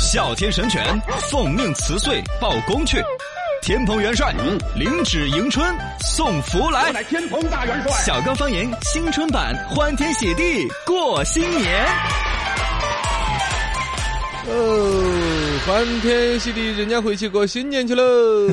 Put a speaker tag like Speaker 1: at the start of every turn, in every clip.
Speaker 1: 哮天神犬奉命辞岁报功去，天蓬元帅领旨迎春送福来。
Speaker 2: 乃天蓬大元帅。
Speaker 1: 小刚方言新春版，欢天喜地过新年。
Speaker 3: 哦，欢天喜地，人家回去过新年去 喽。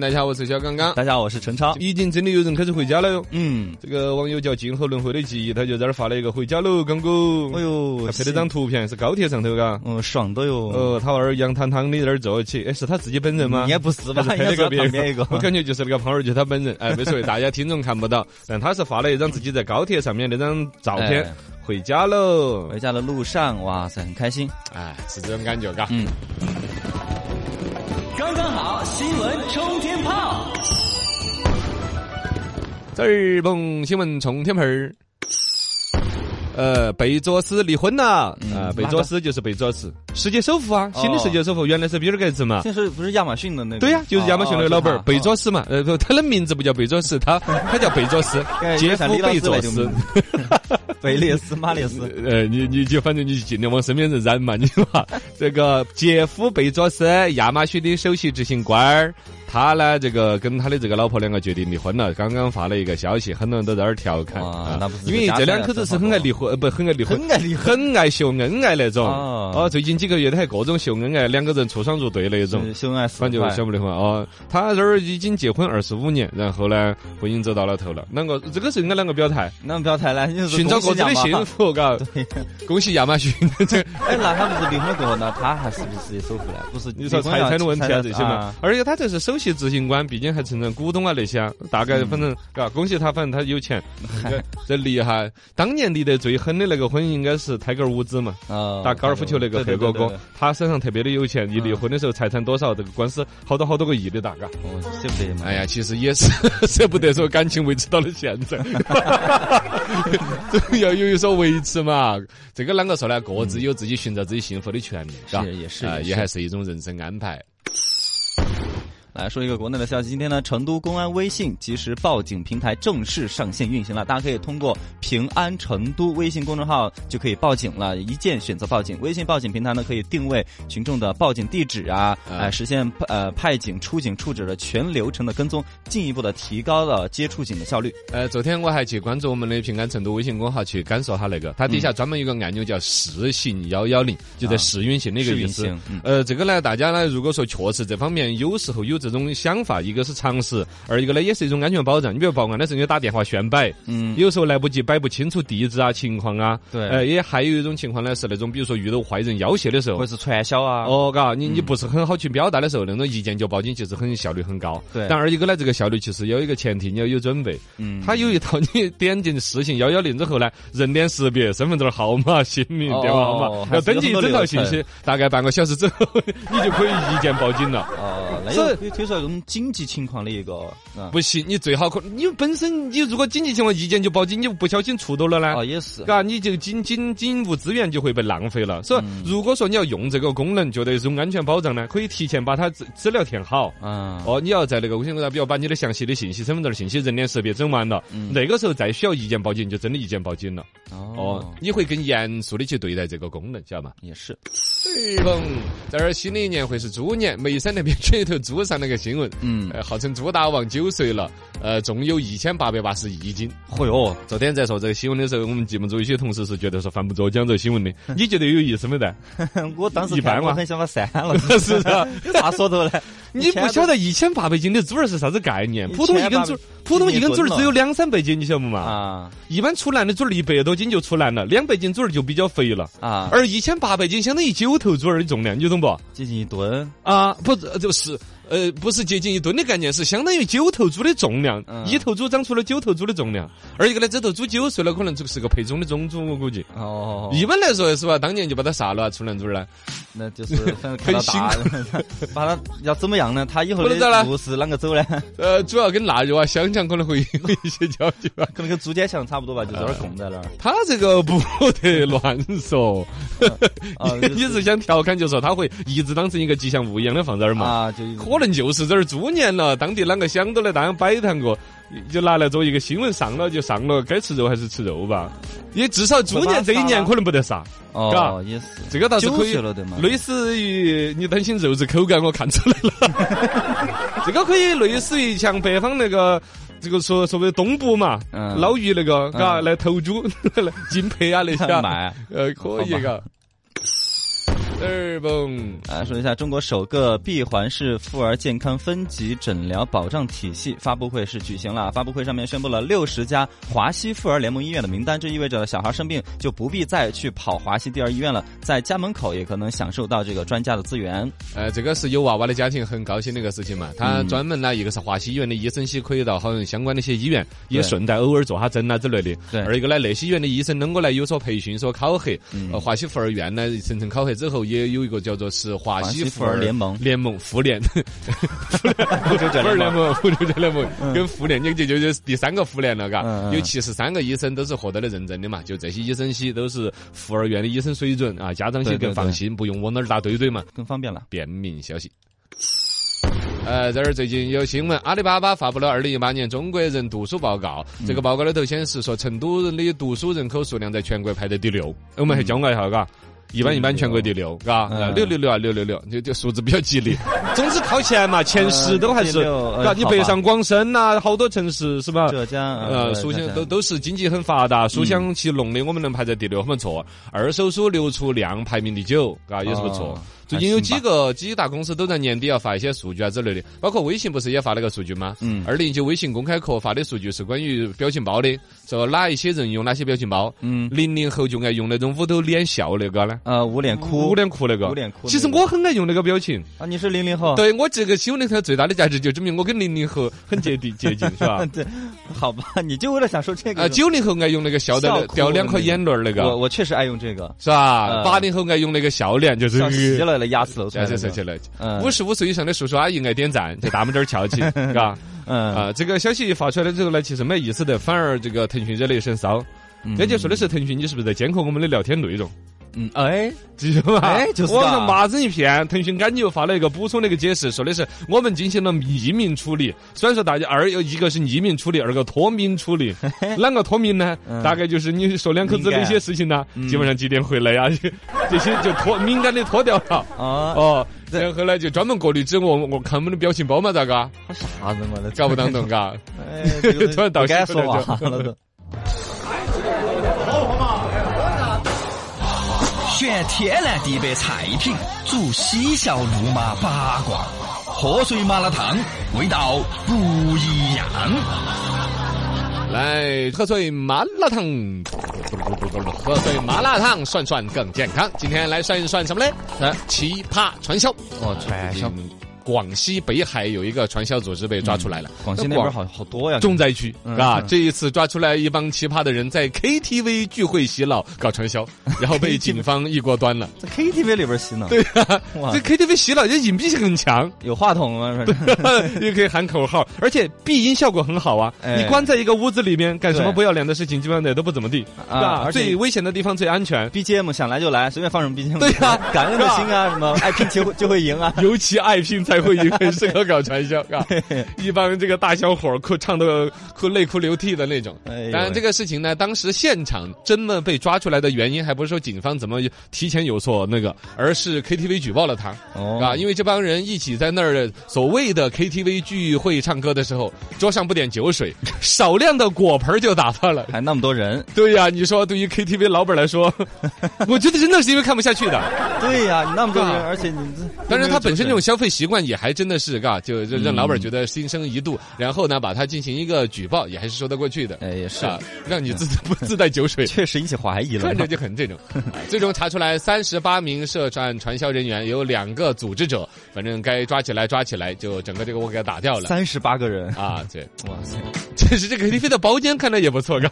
Speaker 3: 大家好，我是小刚刚。
Speaker 1: 大家好，我是陈超。
Speaker 3: 已经真的有人开始回家了哟。
Speaker 1: 嗯，
Speaker 3: 这个网友叫“今后轮回的记忆”，他就在那儿发了一个“回家喽，刚哥”。
Speaker 1: 哎呦，
Speaker 3: 还拍了张图片，是高铁上头嘎。
Speaker 1: 嗯，爽的哟。
Speaker 3: 哦，他娃儿仰躺躺的在那儿坐起，哎，是他自己本人吗？
Speaker 1: 也不是吧？
Speaker 3: 还是拍了
Speaker 1: 也是
Speaker 3: 个别
Speaker 1: 旁边一
Speaker 3: 人
Speaker 1: 个，
Speaker 3: 我感觉就是那个胖儿，就是他本人。哎，没所谓，大家听众看不到， 但他是发了一张自己在高铁上面那张照片
Speaker 1: 哎，
Speaker 3: 回家喽
Speaker 1: 回。家的路上，哇塞，很开心。
Speaker 3: 哎，是这种感觉，嘎。
Speaker 1: 嗯，刚刚好，新闻冲天炮。
Speaker 3: 这儿蹦新闻冲天炮儿。呃，贝佐斯离婚了啊、
Speaker 1: 嗯
Speaker 3: 贝佐斯就是贝佐斯，世界首富啊，新的世界首富，原来是比尔盖茨嘛。
Speaker 1: 这是不是亚马逊的那个？
Speaker 3: 对呀、就是亚马逊那个老板儿
Speaker 1: 哦
Speaker 3: 贝。佐斯嘛，呃，不，他的名字不叫贝佐斯，他他叫贝佐 斯，
Speaker 1: 哎
Speaker 3: 杰夫贝佐斯。
Speaker 1: 贝列斯、马列斯，
Speaker 3: 呃，你你就反正你尽量往身边人染嘛，你嘛。这个杰夫贝佐斯，亚马逊的首席执行官儿，他呢，这个跟他的这个老婆两个决定离婚了。刚刚发了一个消息，很多人都在那儿调侃
Speaker 1: 哇
Speaker 3: 啊
Speaker 1: 那不是
Speaker 3: 因为
Speaker 1: 家
Speaker 3: 这两
Speaker 1: 人
Speaker 3: 口子
Speaker 1: 啊
Speaker 3: 是很爱离婚，呃不很爱离婚，
Speaker 1: 很爱离婚
Speaker 3: 很爱秀恩爱那种。
Speaker 1: 哦
Speaker 3: 哦，最近几个月他还各种秀恩爱，两个人出双入对那种
Speaker 1: 是。秀恩爱死
Speaker 3: 反正就
Speaker 1: 快
Speaker 3: 想不得话哦，他这儿已经结婚二十五年，然后呢，婚姻走到了头了。两个，这个是人家两个表态，
Speaker 1: 那么表态呢？就 是
Speaker 3: 寻找各
Speaker 1: 恭
Speaker 3: 自
Speaker 1: 喜
Speaker 3: 的
Speaker 1: 亚马
Speaker 3: 幸福，嘎。
Speaker 1: 对
Speaker 3: 恭喜亚马逊， 这
Speaker 1: 哎，那他不是离婚过后呢？他还是不是也首富呢？不 是
Speaker 3: 你说财产的问题啊这些嘛
Speaker 1: 啊，，
Speaker 3: 而且他这是首席执行官，毕竟还承认股东啊那些啊，大概反正嘎，恭喜他，反正他有 钱，这这离哈，当年离得最狠的那个婚应该是泰戈尔伍兹嘛，
Speaker 1: 啊
Speaker 3: 打高尔夫球那个黑哥哥，他身上特别的有钱，一离婚的时候财产多少，这个官司好多好多个亿的大嘎。
Speaker 1: 我舍不得嘛。
Speaker 3: 哎呀，其实也是 舍不得说感情维持到了现在， 总要有一所维持嘛。这个啷个说呢？各自有自己寻找自己幸福的权利，嘎
Speaker 1: 嗯是也是
Speaker 3: 啊
Speaker 1: 也是
Speaker 3: 也还是一种人生安排。
Speaker 1: 来说一个国内的消息，今天呢，成都公安微信即时报警平台正式上线运行了，大家可以通过平安成都微信公众号就可以报警了，一键选择报警。微信报警平台呢，可以定位群众的报警地址啊，
Speaker 3: 嗯
Speaker 1: 呃，实现呃派警、出警、处置的全流程的跟踪，进一步的提高了接触警的效率。
Speaker 3: 呃，昨天我还去关注我们的平安成都微信公号去感受下那个，它底下专门有个按钮叫“试行幺幺零”，就在
Speaker 1: 啊
Speaker 3: 试运行那个
Speaker 1: 试
Speaker 3: 意
Speaker 1: 运
Speaker 3: 思
Speaker 1: 行嗯。
Speaker 3: 呃，这个呢，大家呢，如果说确实这方面有时候有这种想法，一个是常识，而一个呢也是一种安全保障。你比如报案的时候，你打电话炫摆，
Speaker 1: 嗯，
Speaker 3: 有时候来不及摆不清楚地址啊、情况啊。
Speaker 1: 对
Speaker 3: 呃，也还有一种情况呢，是那种比如说遇到坏人要挟的时
Speaker 1: 或
Speaker 3: 候
Speaker 1: 者。是传销啊，
Speaker 3: 哦，嘎，你你不是很好去表达的时候，那种一键就报警，其实很效率很高。
Speaker 1: 对
Speaker 3: 但二一个呢，这个效率其实有一个前提，你要有准备。
Speaker 1: 嗯，
Speaker 3: 它有一套，你点进实行幺幺零之后呢，人脸识别、身份证号码、姓名、
Speaker 1: 哦
Speaker 3: 电话号
Speaker 1: 哦
Speaker 3: 码，
Speaker 1: 还
Speaker 3: 要
Speaker 1: 是
Speaker 3: 登记
Speaker 1: 有
Speaker 3: 整
Speaker 1: 很多
Speaker 3: 套
Speaker 1: 流
Speaker 3: 信
Speaker 1: 程
Speaker 3: 息，大概半个小时之后，你就可以一键报警 了。
Speaker 1: 哦，那
Speaker 3: 是
Speaker 1: 有有听说那种经济情况的一个，嗯，
Speaker 3: 不行，你最好可你本身你如果经济情况一键就报警，你不小心触到了呢？
Speaker 1: 哦也是，
Speaker 3: 嘎，你这个警警警务资源就会被浪费了。所以，
Speaker 1: 嗯
Speaker 3: 如果说你要用这个功能，觉得是种安全保障呢，可以提前把它资资料填好。
Speaker 1: 嗯，
Speaker 3: 哦，你要在那个微信公众号，比如把你的详细的信息、身份证信息、人脸识别整完了，那个时候再需要一键报警，就真的一键报警了。哦，，你会更严肃的去对待这个功能，晓得吗？
Speaker 1: 也是，
Speaker 3: 对嘣，这儿新的一年会是猪年，眉山那边村里头猪上了个新闻，
Speaker 1: 嗯，
Speaker 3: 呃，号称猪大王九岁了，呃，重有一千八百八十一斤。
Speaker 1: 嚯哟，
Speaker 3: 昨天在说这个新闻的时候，我们节目组有些同事是觉得说犯不着讲这个新闻 的，你觉得有意思没得？
Speaker 1: 我当时
Speaker 3: 一般
Speaker 1: 看
Speaker 3: 嘛
Speaker 1: 我很想把它删了，
Speaker 3: 是的，
Speaker 1: 有啥说头呢？
Speaker 3: 你不晓
Speaker 1: 得
Speaker 3: 得一千八百斤的猪儿是啥子概念？普通一根猪儿，普通一根猪儿只有两三百斤，你晓得不嘛？
Speaker 1: 啊
Speaker 3: 一般出栏的猪儿一百多斤就出栏了，两百斤猪儿就比较肥了。
Speaker 1: 啊，
Speaker 3: 而一千八百斤相当于九头猪儿的重量，你懂不？
Speaker 1: 接近一吨，
Speaker 3: 啊，不是，呃就是呃，不是接近一吨的概念，是相当于九头猪的重量，
Speaker 1: 嗯
Speaker 3: 一头猪长出了九头猪的重量。而一个呢，这头猪九岁了，可能就是个配种的种猪，我估计。
Speaker 1: 哦，
Speaker 3: 一般来说是吧，当年就把它杀了啊，出栏猪儿呢。
Speaker 1: 那就是反正看到大了， 把它要怎么样呢？它以后
Speaker 3: 不能再来
Speaker 1: 的路是啷个走呢？
Speaker 3: 呃，主要跟腊肉啊、香肠可能会 有一些交集吧。
Speaker 1: 可能跟猪坚强差不多吧，就在那儿供在那儿。
Speaker 3: 他这个不得乱说，
Speaker 1: 啊
Speaker 3: 你是想调侃，就说他会一直当成一个吉祥物一样的放在那儿嘛？
Speaker 1: 啊，就一个
Speaker 3: 可能就是这儿猪年了，当地啷个想到的，当然摆一堂过。就拿来做一个新闻，上了就上了，该吃肉还是吃肉吧。也至少猪年这一年可能不得杀，
Speaker 1: 哦，也是，
Speaker 3: 这个倒是
Speaker 1: 九
Speaker 3: 啊可以
Speaker 1: 岁了对吗？
Speaker 3: 类似于你担心肉质口感，我看出来了。 这个可以类似于像北方那个。这个所所谓的东部嘛，
Speaker 1: 嗯
Speaker 3: 捞鱼那个，嘎、
Speaker 1: 嗯
Speaker 3: 来投猪， 来金培啊那些啊，
Speaker 1: 买。
Speaker 3: 呃，可以
Speaker 1: 好吧
Speaker 3: 嘎。二蹦，
Speaker 1: 来说一下中国首个闭环式妇儿健康分级诊疗保障体系发布会是举行了。发布会上面宣布了六十家华西妇儿联盟医院的名单，这意味着小孩生病就不必再去跑华西第二医院了，在家门口也可能享受到这个专家的资源。
Speaker 3: 呃，这个是有娃娃的家庭很高兴的一个事情嘛。他
Speaker 1: 嗯
Speaker 3: 专门呢，一个是华西医院的医生些可以到好像相关的一些医院，也
Speaker 1: 对
Speaker 3: 顺带偶尔做下针啊之类的。
Speaker 1: 对
Speaker 3: 二一个呢，那些医院的医生能够来有所培训、有所考核。
Speaker 1: 嗯
Speaker 3: 呃，华西妇儿院呢，层层考核之后，也有一个叫做是华
Speaker 1: 华西
Speaker 3: 西
Speaker 1: 妇
Speaker 3: 妇
Speaker 1: 儿
Speaker 3: 儿
Speaker 1: 联盟
Speaker 3: 联盟妇联 妇
Speaker 1: 者
Speaker 3: 妇儿
Speaker 1: 联嗯
Speaker 3: 联盟、妇联联盟跟妇联，你就就就是第三个妇联了，嘎
Speaker 1: 嗯嗯。
Speaker 3: 有七十三个医生都是获得了认证的嘛，就这些医生些都是妇儿院的医生水准啊，家长
Speaker 1: 对
Speaker 3: 些
Speaker 1: 对
Speaker 3: 更
Speaker 1: 对
Speaker 3: 放心，不用往哪儿打堆堆嘛。
Speaker 1: 更方便了。
Speaker 3: 便民消息。呃，这儿最近有新闻，阿里巴巴发布了二零一八年中国人读书报告。这个报告里头显示说，成都人的读书人口数量在全国排在第六，我们还骄傲一下，嘎。一般一般，全国第六，嘎，
Speaker 1: 嗯
Speaker 3: 呃六六六啊，六六六，就就数字比较吉利。 总之靠前嘛，前十呃都还
Speaker 1: 第
Speaker 3: 是，嗯
Speaker 1: 六呃
Speaker 3: 嘎，你
Speaker 1: 好吧
Speaker 3: 北上广深呐，好多城市是吧？
Speaker 1: 浙江
Speaker 3: 呃，书香都都是经济很发达，书香气浓的，我们能排在第六很不错。二手书流出量排名第九，嘎，也是不错
Speaker 1: 哦。
Speaker 3: 最近有几
Speaker 1: 还
Speaker 3: 个几大公司都在年底要发一些数据啊之类的，包括微信不是也发了个数据吗？
Speaker 1: 嗯
Speaker 3: 二零一九微信公开课发的数据是关于表情包的，说哪一些人用哪些表情包。
Speaker 1: 嗯
Speaker 3: 零零后就爱用那种捂头脸笑那个呢，
Speaker 1: 呃捂脸哭
Speaker 3: 捂脸哭那个。
Speaker 1: 捂脸哭那个
Speaker 3: 其实我很爱用那个表情。
Speaker 1: 啊，你是零零后，
Speaker 3: 对我这个新闻里头最大的价值就证明我跟零零后很接地接近，是 吧？
Speaker 1: 对，好吧，你就为了享受这个
Speaker 3: 啊，九零后爱用那个笑的
Speaker 1: 笑哭
Speaker 3: 掉两颗眼泪儿那
Speaker 1: 我
Speaker 3: 个，
Speaker 1: 我确实爱用这个，
Speaker 3: 是吧？
Speaker 1: 呃
Speaker 3: 八零后爱用那个笑脸，就是
Speaker 1: 笑极了来压死楼出来
Speaker 3: 这
Speaker 1: 的
Speaker 3: 这
Speaker 1: 那
Speaker 3: 这
Speaker 1: 种。
Speaker 3: 了。
Speaker 1: 嗯
Speaker 3: 五十五岁以上的叔叔阿姨爱点赞，在大拇指儿翘 起，是吧？
Speaker 1: 嗯，
Speaker 3: 啊，这个消息一发出来之后呢，其实没意思的，反而这个腾讯惹了一身骚。
Speaker 1: 嗯
Speaker 3: 人家说的是腾讯，你是不是在监控我们的聊天内容？
Speaker 1: 嗯，哎，
Speaker 3: 记得吗？
Speaker 1: 哎就是
Speaker 3: 网
Speaker 1: 的
Speaker 3: 上骂声一片，腾讯赶紧又发了一个补充的一个解释，说的是我们进行了匿名处理。虽然说大家二有一个是匿名处理，二个脱敏处理，啷个脱敏呢？
Speaker 1: 嗯
Speaker 3: 大概就是你说两口子的一些事情呢，
Speaker 1: 敏感
Speaker 3: 基本上几点回来呀、 这些就脱敏感的脱掉了。
Speaker 1: 啊，
Speaker 3: 哦，
Speaker 1: 对
Speaker 3: 然后呢就专门过滤指我，我看我们的表情包嘛，咋个？
Speaker 1: 啥子嘛，
Speaker 3: 搞不当懂嘎？
Speaker 1: 哎，这个
Speaker 3: 突然倒
Speaker 1: 不该
Speaker 3: 吸
Speaker 1: 说
Speaker 3: 出来
Speaker 1: 话了都。
Speaker 2: 选天南地北菜品，煮嬉笑怒骂八卦，喝水麻辣烫，味道不一样。
Speaker 3: 来，喝水麻辣烫，喝水麻辣烫，涮涮更健康。今天来涮一涮什么嘞？呃，奇葩传销。哦，传
Speaker 1: 销。
Speaker 3: 广西北海有一个传销组织被抓出来了，
Speaker 1: 嗯广西那边好好多呀，
Speaker 3: 重灾区
Speaker 1: 嗯
Speaker 3: 啊！
Speaker 1: 嗯
Speaker 3: 这一次抓出来一帮奇葩的人在 KTV 聚会洗脑搞传销，然后 被警方一锅端了。
Speaker 1: 在 KTV 里边洗脑，对哇
Speaker 3: 这 KTV 洗脑人隐蔽性很强，
Speaker 1: 有话筒啊吗？反正
Speaker 3: 也可以喊口号，而且避音效果很好啊！
Speaker 1: 哎
Speaker 3: 你关在一个屋子里面干什么
Speaker 1: 对
Speaker 3: 不要脸的事情，基本上也都不怎么地
Speaker 1: 啊而且。
Speaker 3: 最危险的地方最安全
Speaker 1: BGM 想来就来，随便放什么 BGM，
Speaker 3: 对 呀
Speaker 1: 感恩的心 啊，什么爱拼就会就会赢啊，
Speaker 3: 尤其爱拼才会赢，很适合搞传销啊！ 一帮这个大小伙儿哭唱的哭泪哭流涕的那种。
Speaker 1: 哎呦
Speaker 3: 当然，这个事情呢，当时现场真的被抓出来的原因，还不是说警方怎么提前有所那个，而是 KTV 举报了他。
Speaker 1: 哦
Speaker 3: 啊，因为这帮人一起在那儿所谓的 KTV 聚会唱歌的时候，桌上不点酒水， 少量的果盆儿就打发 了。
Speaker 1: 还那么多人，
Speaker 3: 对呀、你说对于 KTV 老板来说， 我觉得真的是因为看不下去的。
Speaker 1: 对呀，你那么多人，
Speaker 3: 啊
Speaker 1: 而且你这
Speaker 3: 当然，他本身这种消费习惯也还真的是，嘎，就
Speaker 1: 嗯
Speaker 3: 就让老板觉得心生一度，然后呢，把它进行一个举报，也还是说得过去的。
Speaker 1: 哎也是，
Speaker 3: 啊，让你自不自带酒水，
Speaker 1: 确实引起怀疑了
Speaker 3: 看。着就很这种。 最终查出来三十八名涉案传销人员，有两个组织者，反正该抓起来抓起来，就整个这个我给他打掉了。
Speaker 1: 三十八个人，
Speaker 3: 啊，对，
Speaker 1: 哇塞，
Speaker 3: 这是这个 KTV 的包间看着也不错，嘎。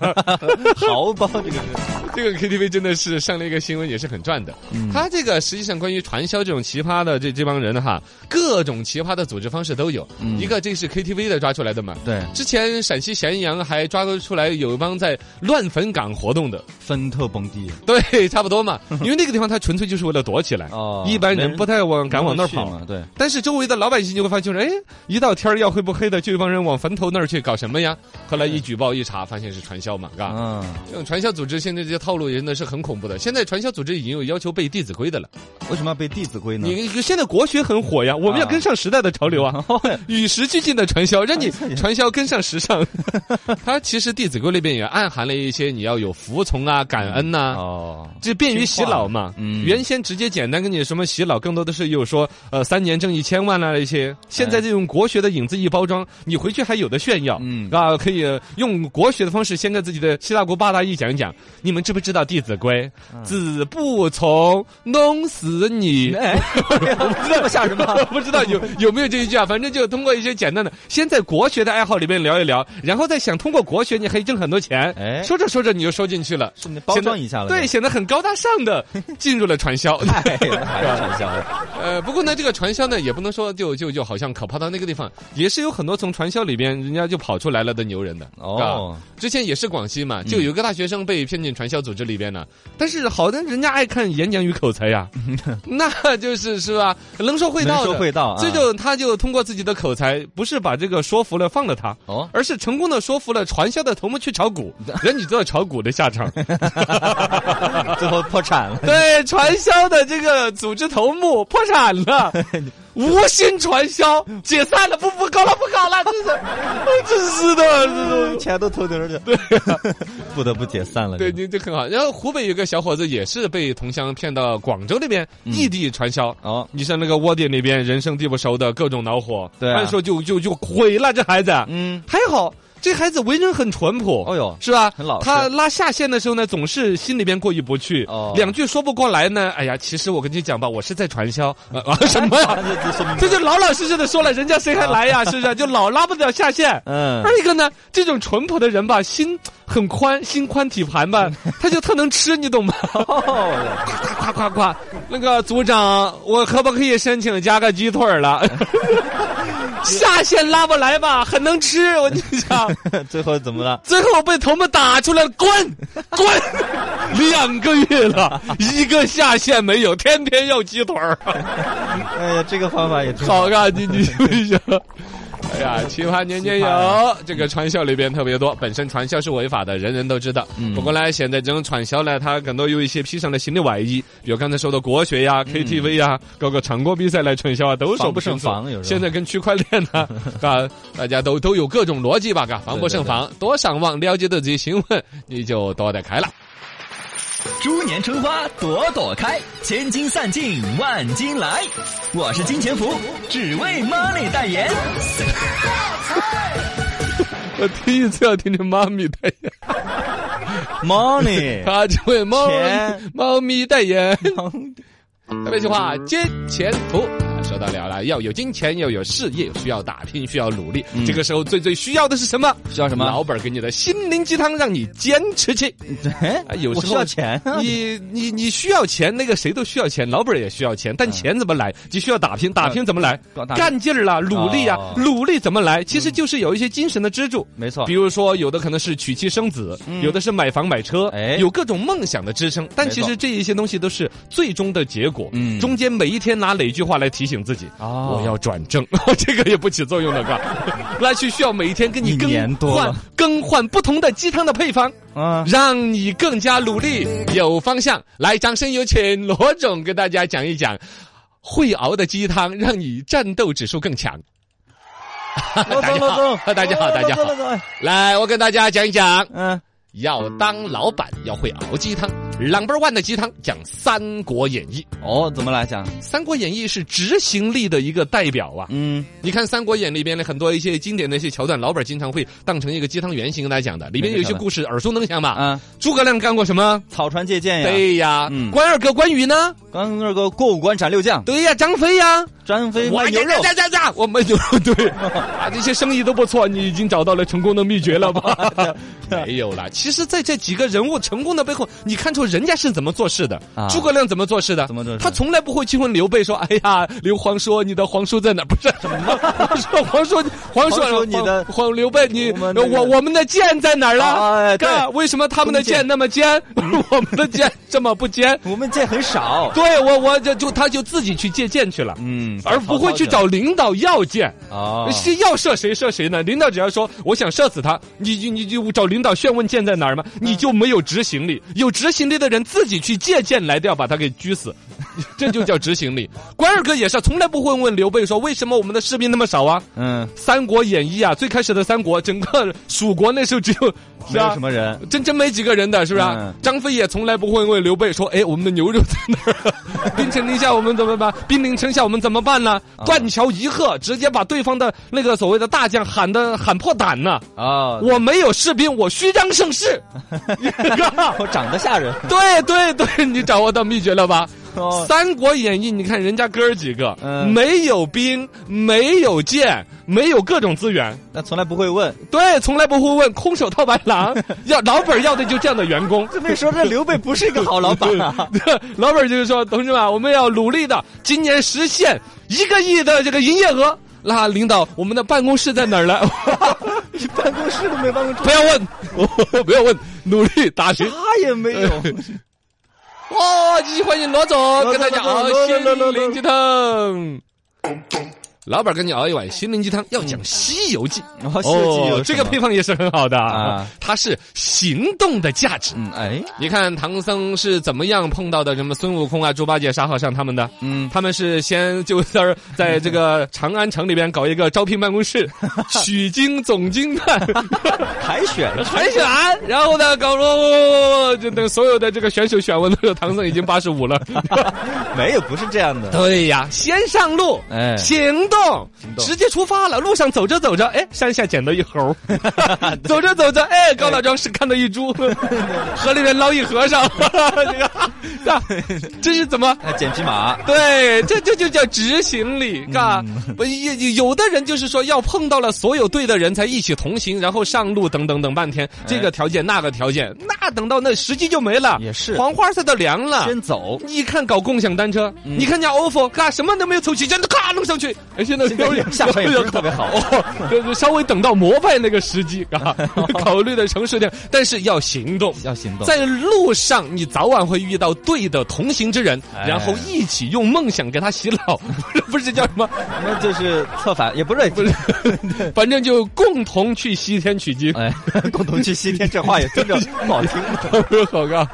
Speaker 1: 豪包这个是。
Speaker 3: 啊这个 KTV 真的是上了一个新闻，也是很赚的。
Speaker 1: 嗯
Speaker 3: 他这个实际上关于传销这种奇葩的这这帮人哈，各种奇葩的组织方式都有。
Speaker 1: 嗯
Speaker 3: 一个这是 KTV 的抓出来的嘛，
Speaker 1: 对，
Speaker 3: 之前陕西咸阳还抓出来有一帮在乱坟岗活动的，
Speaker 1: 分特蹦迪
Speaker 3: 对，差不多 嘛。因为那个地方他纯粹就是为了躲起来，
Speaker 1: 哦
Speaker 3: 一般人不太往敢往那儿
Speaker 1: 去
Speaker 3: 跑。
Speaker 1: 嘛，对，
Speaker 3: 但是周围的老百姓就会发现，哎，一到天儿要黑不黑的，就一帮人往坟头那儿去搞什么呀？后来一举报一查，发现是传销嘛，嘎、
Speaker 1: 嗯，
Speaker 3: 这种传销组织现在这些套路真的是很恐怖的。现在传销组织已经有要求背《弟子规》的了。
Speaker 1: 为什么要背《弟子规》呢？啊
Speaker 3: 你现在国学很火呀，我们要跟上时代的潮流啊，
Speaker 1: 哦
Speaker 3: 与时俱进的传 销，让你
Speaker 1: 哎
Speaker 3: 传销跟上时尚。它其实《弟子规》里边也暗含了一些你要有服从啊、感恩呐、
Speaker 1: 哦，
Speaker 3: 这便于洗脑嘛。
Speaker 1: 嗯
Speaker 3: 原先直接简单跟你什么洗脑，更多的是又说呃三年挣一千万啦、啊那些。现在这种国学的影子一包装，你回去还有的炫耀。
Speaker 1: 嗯
Speaker 3: 啊，可以用国学的方式先跟自己的七大姑八大姨讲一讲。你们知不知道《弟子规》
Speaker 1: 嗯
Speaker 3: 子不从，弄死你。
Speaker 1: 哎， 这么吓人吗？
Speaker 3: 不知道有有没有这一句啊？反正就通过一些简单的，先在国学的爱好里面聊一聊，然后再想通过国学你可以挣很多钱。
Speaker 1: 哎
Speaker 3: 说着说着你就说进去了，
Speaker 1: 是你包装一下了，
Speaker 3: 对，显得很高大上的进入了传销。
Speaker 1: 哎，那还是传销了，
Speaker 3: 呃，不过呢，这个传销呢，也不能说就就就好像可怕到那个地方，也是有很多从传销里边人家就跑出来了的牛人的。
Speaker 1: 哦
Speaker 3: 啊，之前也是广西
Speaker 1: 嗯
Speaker 3: 嘛，就有一个大学生被骗进传销组织里边了，但是好在人家爱看演讲与口才 呀，那就是是吧，能说会
Speaker 1: 能
Speaker 3: 道
Speaker 1: 说
Speaker 3: 的。
Speaker 1: 会道啊，
Speaker 3: 这就他就通过自己的口才，不是把这个说服了放了他，
Speaker 1: 哦，
Speaker 3: 而是成功的说服了传销的头目去炒股， 人你知道炒股的下场。
Speaker 1: 最后破产了。
Speaker 3: 对，传销的这个组织头目破产 了，无心传销，解散了，不不搞了，不搞了，真是， 真是的，真是的。
Speaker 1: 钱都偷丢了，对，不得不解散了。
Speaker 3: 对，
Speaker 1: 这个
Speaker 3: 你这很好。然后湖北有个小伙子也是被同乡骗到广州那边异地传销。
Speaker 1: 嗯哦，
Speaker 3: 你像那个窝点那边人生地不熟的各种恼火，
Speaker 1: 对啊
Speaker 3: 按说就就就毁了这孩子。
Speaker 1: 嗯，
Speaker 3: 还好这孩子为人很淳朴，
Speaker 1: 哦哟
Speaker 3: 是吧？
Speaker 1: 很老实
Speaker 3: 他拉下线的时候呢，总是心里边过意不去，
Speaker 1: 哦
Speaker 3: 两句说不过来呢。哎呀，其实我跟你讲吧，我是在传销
Speaker 1: 嗯
Speaker 3: 呃啊、什 么呀？
Speaker 1: 这这说明
Speaker 3: 这就老老实实的说了，人家谁还来呀？是不是？就老拉不了下线。
Speaker 1: 嗯
Speaker 3: 二，一个呢，这种淳朴的人吧，心很宽，心宽体盘吧，他就特能吃，你懂吗？
Speaker 1: 哦，
Speaker 3: 夸夸夸！那个组长，我可不可以申请加个鸡腿儿了？下线拉不来吧，很能吃，我跟你讲。
Speaker 1: 最后怎么了？
Speaker 3: 最后被头们打出来，滚滚！两个月了，一个下线没有，天天要鸡腿儿。
Speaker 1: 哎呀，这个方法也挺
Speaker 3: 好啊，你你为什么？哎呀，奇葩年年
Speaker 1: 奇葩
Speaker 3: 有，这个传销里边特别多。本身传销是违法的，人人都知道。
Speaker 1: 嗯
Speaker 3: 不过呢，现在这种传销呢，它更多有一些披上了新的外衣，比如刚才说的国学呀、KTV
Speaker 1: 嗯
Speaker 3: 呀，搞个唱歌比赛来传销啊，都说不清楚
Speaker 1: 防不胜防有时候
Speaker 3: 现在跟区块链 呐，啊，大家都都有各种逻辑吧，嘎，防不胜防。多上网了解到这些新闻，你就躲得开 了。
Speaker 2: 猪年春花朵朵开，千金散尽万金来。我是金钱福，只为 Money 代言。
Speaker 3: 我第一次要听听妈咪代言，
Speaker 1: money。
Speaker 3: 啊，这位猫
Speaker 1: 钱
Speaker 3: 猫咪代言。特别计划金钱图。说到了了，要有金钱，要有事业，需要打拼，需要努力。
Speaker 1: 嗯
Speaker 3: 这个时候最最需要的是什么？
Speaker 1: 需要什么
Speaker 3: 老板给你的心灵鸡汤，让你坚持 起。
Speaker 1: 哎
Speaker 3: 啊，有时候
Speaker 1: 我需要钱啊，
Speaker 3: 你你你需要钱，那个谁都需要钱，老板也需要钱，但钱怎么来？你需要打拼，打拼怎么来
Speaker 1: 搞 打？拼
Speaker 3: 干劲儿啦，努力呀
Speaker 1: 哦，
Speaker 3: 努力怎么来？其实就是有一些精神的支柱。
Speaker 1: 没错
Speaker 3: 比，如说，有的可能是娶妻生子，有的是买房买车，
Speaker 1: 嗯哎
Speaker 3: 有各种梦想的支撑。但其
Speaker 1: 没
Speaker 3: 实这一些东西都是最终的结果。
Speaker 1: 嗯
Speaker 3: 中间每一天拿哪句话来提醒自己？
Speaker 1: 哦
Speaker 3: 我要转正， 这个也不起作用了， 嘎。那是需要每一天跟你
Speaker 1: 一
Speaker 3: 更
Speaker 1: 年多
Speaker 3: 换
Speaker 1: 了
Speaker 3: 更换不同的鸡汤的配方，
Speaker 1: 啊，
Speaker 3: 让你更加努力，有方向。来，掌声有请罗总给大家讲一讲。会熬的鸡汤让你战斗指数更强。
Speaker 1: 罗总罗总，
Speaker 3: 大家好大家好
Speaker 1: 罗总罗总
Speaker 3: 来，我跟大家讲一讲。
Speaker 1: 嗯，
Speaker 3: 要当老板要会熬鸡汤， number one 的鸡汤讲《三国演义》，
Speaker 1: 哦，怎么来讲？
Speaker 3: 《三国演义》是执行力的一个代表啊。
Speaker 1: 嗯，
Speaker 3: 你看《三国演》里边的很多一些经典的一些桥段，老本经常会当成一个鸡汤原型来讲的。里面有一些故事耳熟能详嘛。
Speaker 1: 啊，
Speaker 3: 诸葛亮干过什么？
Speaker 1: 草船借箭呀，
Speaker 3: 对呀
Speaker 1: 嗯，
Speaker 3: 关二哥关羽呢？
Speaker 1: 刚那个过五关斩六将，
Speaker 3: 对呀，张飞呀，
Speaker 1: 张飞卖牛
Speaker 3: 呀
Speaker 1: 肉，
Speaker 3: 呀呀呀！我卖牛肉， 对啊，这些生意都不错，你已经找到了成功的秘诀了吧？ 没有啦，其实，在这几个人物成功的背后，你看出人家是怎么做事的
Speaker 1: 啊。
Speaker 3: 诸葛亮怎么做事的？
Speaker 1: 怎么做事
Speaker 3: 他从来不会去问刘备说：“哎呀，刘皇叔，你的皇叔在哪？”不是什么？说 皇叔，皇叔
Speaker 1: 皇叔你的
Speaker 3: 皇皇刘备，你
Speaker 1: 我
Speaker 3: 我
Speaker 1: 们那个
Speaker 3: 我们的剑在哪儿
Speaker 1: 啊哎
Speaker 3: 了？
Speaker 1: 对
Speaker 3: 看为什么他们的
Speaker 1: 弓箭
Speaker 3: 剑那么尖， 我们的剑这么不 尖？
Speaker 1: 我们见很少，
Speaker 3: 对我，我这就他就自己去借剑去了。
Speaker 1: 嗯，
Speaker 3: 而不会去找领导要见。
Speaker 1: 哦，
Speaker 3: 是要射谁射谁呢？领导只要说我想射死他，你你你就找领导炫问箭在哪儿
Speaker 1: 嗯
Speaker 3: 吗？你就没有执行力。有执行力的人自己去借箭来掉，把他给狙死， 这就叫执行力。关二哥也是，从来不会问刘备说为什么我们的士兵那么少啊？
Speaker 1: 嗯，
Speaker 3: 《三国演义》啊，最开始的三国，整个蜀国那时候只有是
Speaker 1: 没有
Speaker 3: 啊
Speaker 1: 什。么人，
Speaker 3: 真真没几个人的，是不是、啊
Speaker 1: 嗯
Speaker 3: 张飞也从来不会问刘备说：“哎，我们的牛肉在哪 儿？兵临城下我们怎么办？兵临城下我们怎么办呢？”
Speaker 1: 嗯
Speaker 3: 断桥一喝，直接把对方的那个所谓的大将喊的喊破胆呢。
Speaker 1: 哦，
Speaker 3: 我没有士兵，我虚张声 势。
Speaker 1: 我长得吓人，
Speaker 3: 对对对，你掌握到秘诀了吧？
Speaker 1: 哦
Speaker 3: 三国演义》，你看人家哥儿几个，
Speaker 1: 嗯
Speaker 3: 没有兵，没有剑，没有各种资源，
Speaker 1: 那从来不会问，
Speaker 3: 对，从来不会问空手套白 狼，要老本儿要的就这样的员工。
Speaker 1: 这么一说，这刘备不是一个好老板 啊，
Speaker 3: 老板就是说，同志们，我们要努力的，今年实现一个亿的这个营业额。那领导，我们的办公室在哪儿呢？
Speaker 1: 你办公室都没办 公 室，
Speaker 3: 不要问，不 要问，努力打拼。
Speaker 1: 啥也
Speaker 3: 哎
Speaker 1: 没有，
Speaker 3: 哦，继续欢迎 罗总，跟大家熬
Speaker 1: 罗总
Speaker 3: 心
Speaker 1: 罗总罗总
Speaker 3: 灵鸡汤。老板跟你熬一碗心灵鸡汤，要讲《西游记》
Speaker 1: 哦西游记有什么
Speaker 3: 这个配方也是很好的
Speaker 1: 啊
Speaker 3: 它是行动的价值。
Speaker 1: 嗯，哎，
Speaker 3: 你看唐僧是怎么样碰到的什么孙悟空啊、猪八戒、沙和尚他们的？
Speaker 1: 嗯，
Speaker 3: 他们是先就在这儿在这个长安城里边搞一个招聘办公室，取经总经办
Speaker 1: 海选，
Speaker 3: 海选，然后呢搞了，就等所有的这个选手选完的时候，唐僧已经八十五了。
Speaker 1: 没有，不是这样的，
Speaker 3: 对呀，先上路。
Speaker 1: 哎，
Speaker 3: 行动，
Speaker 1: 动
Speaker 3: 直接出发了。路上走着走着，哎，山下捡到一猴； 走着走着，哎，高老庄是看到一猪；河里面捞一和尚。 这个，啊 这是怎么？
Speaker 1: 哎捡匹马，
Speaker 3: 对，这这就叫执行
Speaker 1: 嗯
Speaker 3: 力，嘎。不，有有的人就是说要碰到了所有对的人才一起同行，然后上路等等等半天，这个条件那个条件，那等到那时机就没了，
Speaker 1: 哎也是
Speaker 3: 黄花菜都凉了。
Speaker 1: 先走，
Speaker 3: 你看搞共享单车，
Speaker 1: 嗯
Speaker 3: 你看人家 ofo，嘎什么都没有凑齐，真的咔弄上去，哎，现在
Speaker 1: 现在下场也不是特别好
Speaker 3: 哦，就是稍微等到膜拜那个时机， 嘎，考虑的成熟点，但是要行动。
Speaker 1: 要行动，
Speaker 3: 在路上，你早晚会遇到对的同行之人，
Speaker 1: 哎
Speaker 3: 然后一起用梦想给他洗 脑，不是叫什么？
Speaker 1: 那就是策反，也不是，不是，
Speaker 3: 反正就共同去西天取经，
Speaker 1: 哎，共同去西天，这话也听着不好 听。
Speaker 3: 好个。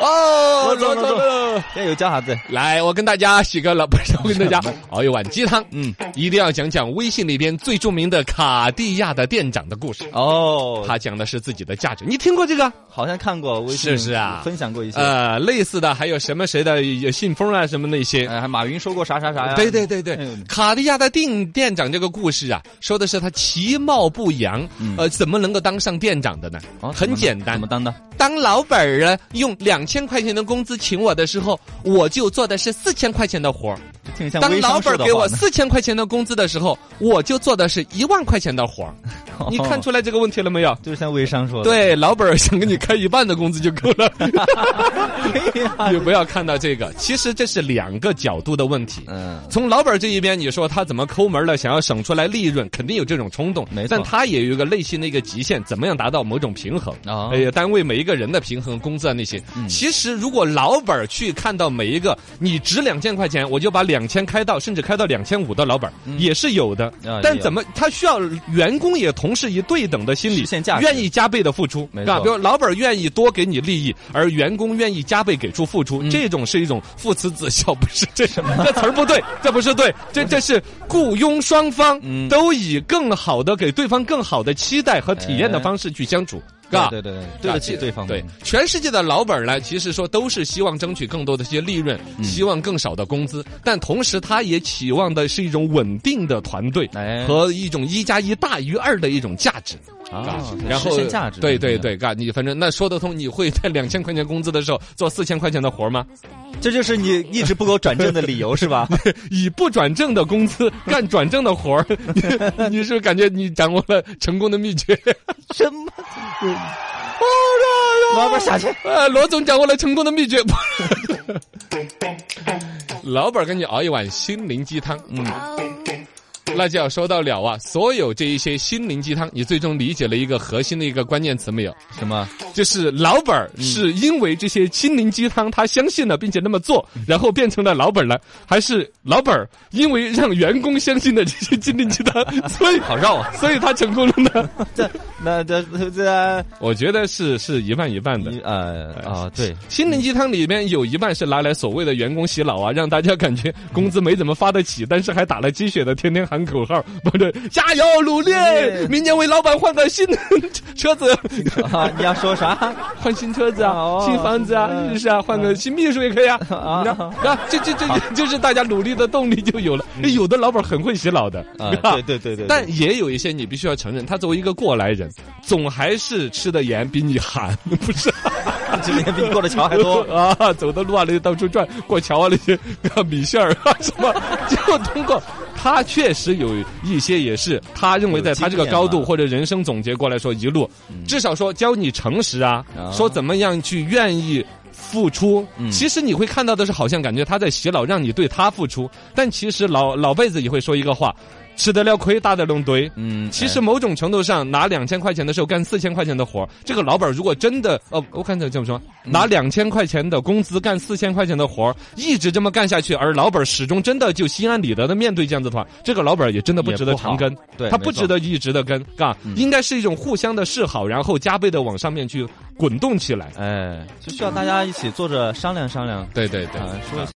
Speaker 3: 哦，
Speaker 1: 罗总罗总
Speaker 3: 总，
Speaker 1: 要有叫啥子？
Speaker 3: 来，我跟大家洗个脑，不是我跟 大家熬一碗鸡汤，
Speaker 1: 嗯，
Speaker 3: 一定要讲讲微信里边最著名的卡地亚的店长的故事。
Speaker 1: 哦，
Speaker 3: 他讲的是自己的价值，你听过这个？
Speaker 1: 好像看过微信，
Speaker 3: 是不是啊
Speaker 1: 分享过一些，
Speaker 3: 呃，类似的还有什么谁的有信封啊，什么那些。
Speaker 1: 哎，还马云说过啥啥啥呀？
Speaker 3: 对对对对
Speaker 1: 哎呦，
Speaker 3: 卡地亚的店店长这个故事啊，说的是他其貌不扬，呃，怎么能够当上店长的呢？
Speaker 1: 嗯哦，怎
Speaker 3: 很
Speaker 1: 么
Speaker 3: 简
Speaker 1: 怎
Speaker 3: 单
Speaker 1: 么，当的？
Speaker 3: 当老板儿了，用两千块钱的工资请我的时候，我就做的是四千块钱的活儿；
Speaker 1: 这挺像
Speaker 3: 当
Speaker 1: 微
Speaker 3: 老
Speaker 1: 商
Speaker 3: 板
Speaker 1: 说
Speaker 3: 儿
Speaker 1: 的
Speaker 3: 给
Speaker 1: 话
Speaker 3: 我
Speaker 1: 呢。
Speaker 3: 四千块钱的工资的时候，我就做的是一万块钱的活儿。你看出来这个问题了没有？
Speaker 1: 哦就是像微商说的。
Speaker 3: 对，老板儿想给你开一半的工资就够了。
Speaker 1: 对哎呀，
Speaker 3: 你不要看到这个，其实这是两个角度的问题。
Speaker 1: 嗯，
Speaker 3: 从老板这一边，你说他怎么抠门了，想要省出来利润，肯定有这种冲动。
Speaker 1: 没错
Speaker 3: 但他也有一个内心的一个极限，怎么样达到某种平衡？
Speaker 1: 哦
Speaker 3: 哎呀，单位每一个人的平衡工资啊那些。
Speaker 1: 嗯
Speaker 3: 其实如果老板儿去看到每一个你值两千块钱，我就把两千开到，甚至开到两千五的老板儿、也是有的。
Speaker 1: 嗯啊也
Speaker 3: 但
Speaker 1: 有
Speaker 3: 怎么他需要员工也同时以对等的心理
Speaker 1: 实现价值
Speaker 3: 愿意加倍的付出，
Speaker 1: 没
Speaker 3: 是吧
Speaker 1: 错
Speaker 3: 比如老板儿愿意多给你利益，而员工愿意加倍给出付出，
Speaker 1: 嗯
Speaker 3: 这种是一种父慈子孝，不是这什么？这词儿不 对，这不是对，这这是雇佣双方
Speaker 1: 嗯
Speaker 3: 都以更好的给对方更好的期待和体验的
Speaker 1: 哎
Speaker 3: 方式去相处。嘎。
Speaker 1: 对对对，对得起对方。
Speaker 3: 对，全世界的老板儿呢，其实说都是希望争取更多的这些利润，
Speaker 1: 嗯
Speaker 3: 希望更少的工资，但同时他也期望的是一种稳定的团队
Speaker 1: 哎
Speaker 3: 和一种一加一大于二的一种价值。
Speaker 1: 啊，
Speaker 3: 然后
Speaker 1: 实现价值。
Speaker 3: 对对对，嘎，你反正那说得通，你会在两千块钱工资的时候做四千块钱的活儿吗？
Speaker 1: 这就是你一直不给我转正的理由是 吧？
Speaker 3: 以不转正的工资干转正的活儿，你你是不是感觉你掌握了成功的秘诀？
Speaker 1: 什么？老板下去。
Speaker 3: 呃，罗总掌握了成功的秘诀。老板给你熬一碗心灵鸡汤，嗯，那就要说到了啊，所有这一些心灵鸡汤，你最终理解了一个核心的一个关键词没有？
Speaker 1: 什么？
Speaker 3: 就是老板儿是因为这些心灵鸡汤，他相信了，并且那么做，然后变成了老板儿了，还是老板儿因为让员工相信了这些心灵鸡 汤，所以好绕啊，所以他成功了呢？
Speaker 1: 这那这这
Speaker 3: 我觉得是是一半一半的
Speaker 1: 你。呃啊对，
Speaker 3: 心灵鸡汤里面有一半是拿来所谓的员工洗脑啊，让大家感觉工资没怎么发得起，但是还打了鸡血的，天天喊口号，不是加油努力，明年为老板换个新车 子，
Speaker 1: 啊你要说 啥？
Speaker 3: 换新车子啊
Speaker 1: 哦，
Speaker 3: 新房子啊，
Speaker 1: 嗯
Speaker 3: 是不是啊？换个新秘书也可以啊。
Speaker 1: 啊
Speaker 3: 那 那这这这就是大家努力的动力就有了。哎有的老板很会洗脑的，
Speaker 1: 嗯啊
Speaker 3: 是吧
Speaker 1: 对对对对，
Speaker 3: 但也有一些你必须要承认，他作为一个过来人，总还是吃的盐比你寒，不是？。
Speaker 1: 这边比你过的桥还多
Speaker 3: 啊，走的路啊那些到处转，过桥啊那些 啊米线儿啊什么， 就通过他确实有一些也是他认为在他这个高
Speaker 1: 有经验啊
Speaker 3: 度
Speaker 1: 嘛
Speaker 3: 或者人生总结过来说一路，至少说教你诚实啊，
Speaker 1: 啊
Speaker 3: 说怎么样去愿意。付出，
Speaker 1: 嗯
Speaker 3: 其实你会看到的是，好像感觉他在洗脑，让你对他付出。但其实老老辈子也会说一个话：吃得了亏，打得拢堆。
Speaker 1: 嗯，
Speaker 3: 其实某种程度上，拿两千块钱的时候干四千块钱的活儿这个老板如果真的，哦，我看这怎么说，
Speaker 1: 嗯
Speaker 3: 拿两千块钱的工资干四千块钱的活儿一直这么干下去，而老板始终真的就心安理得的面对这样子的话，这个老板也真的不
Speaker 1: 也
Speaker 3: 值得
Speaker 1: 不好
Speaker 3: 长耕，
Speaker 1: 对
Speaker 3: 他
Speaker 1: 没
Speaker 3: 不
Speaker 1: 错嗯
Speaker 3: 值得一直的跟，嘎，应该是一种互相的示好，然后加倍的往上面去滚动起来。
Speaker 1: 哎，哎就需要大家一起坐着商量商量。
Speaker 3: 对对对
Speaker 1: 啊，说一下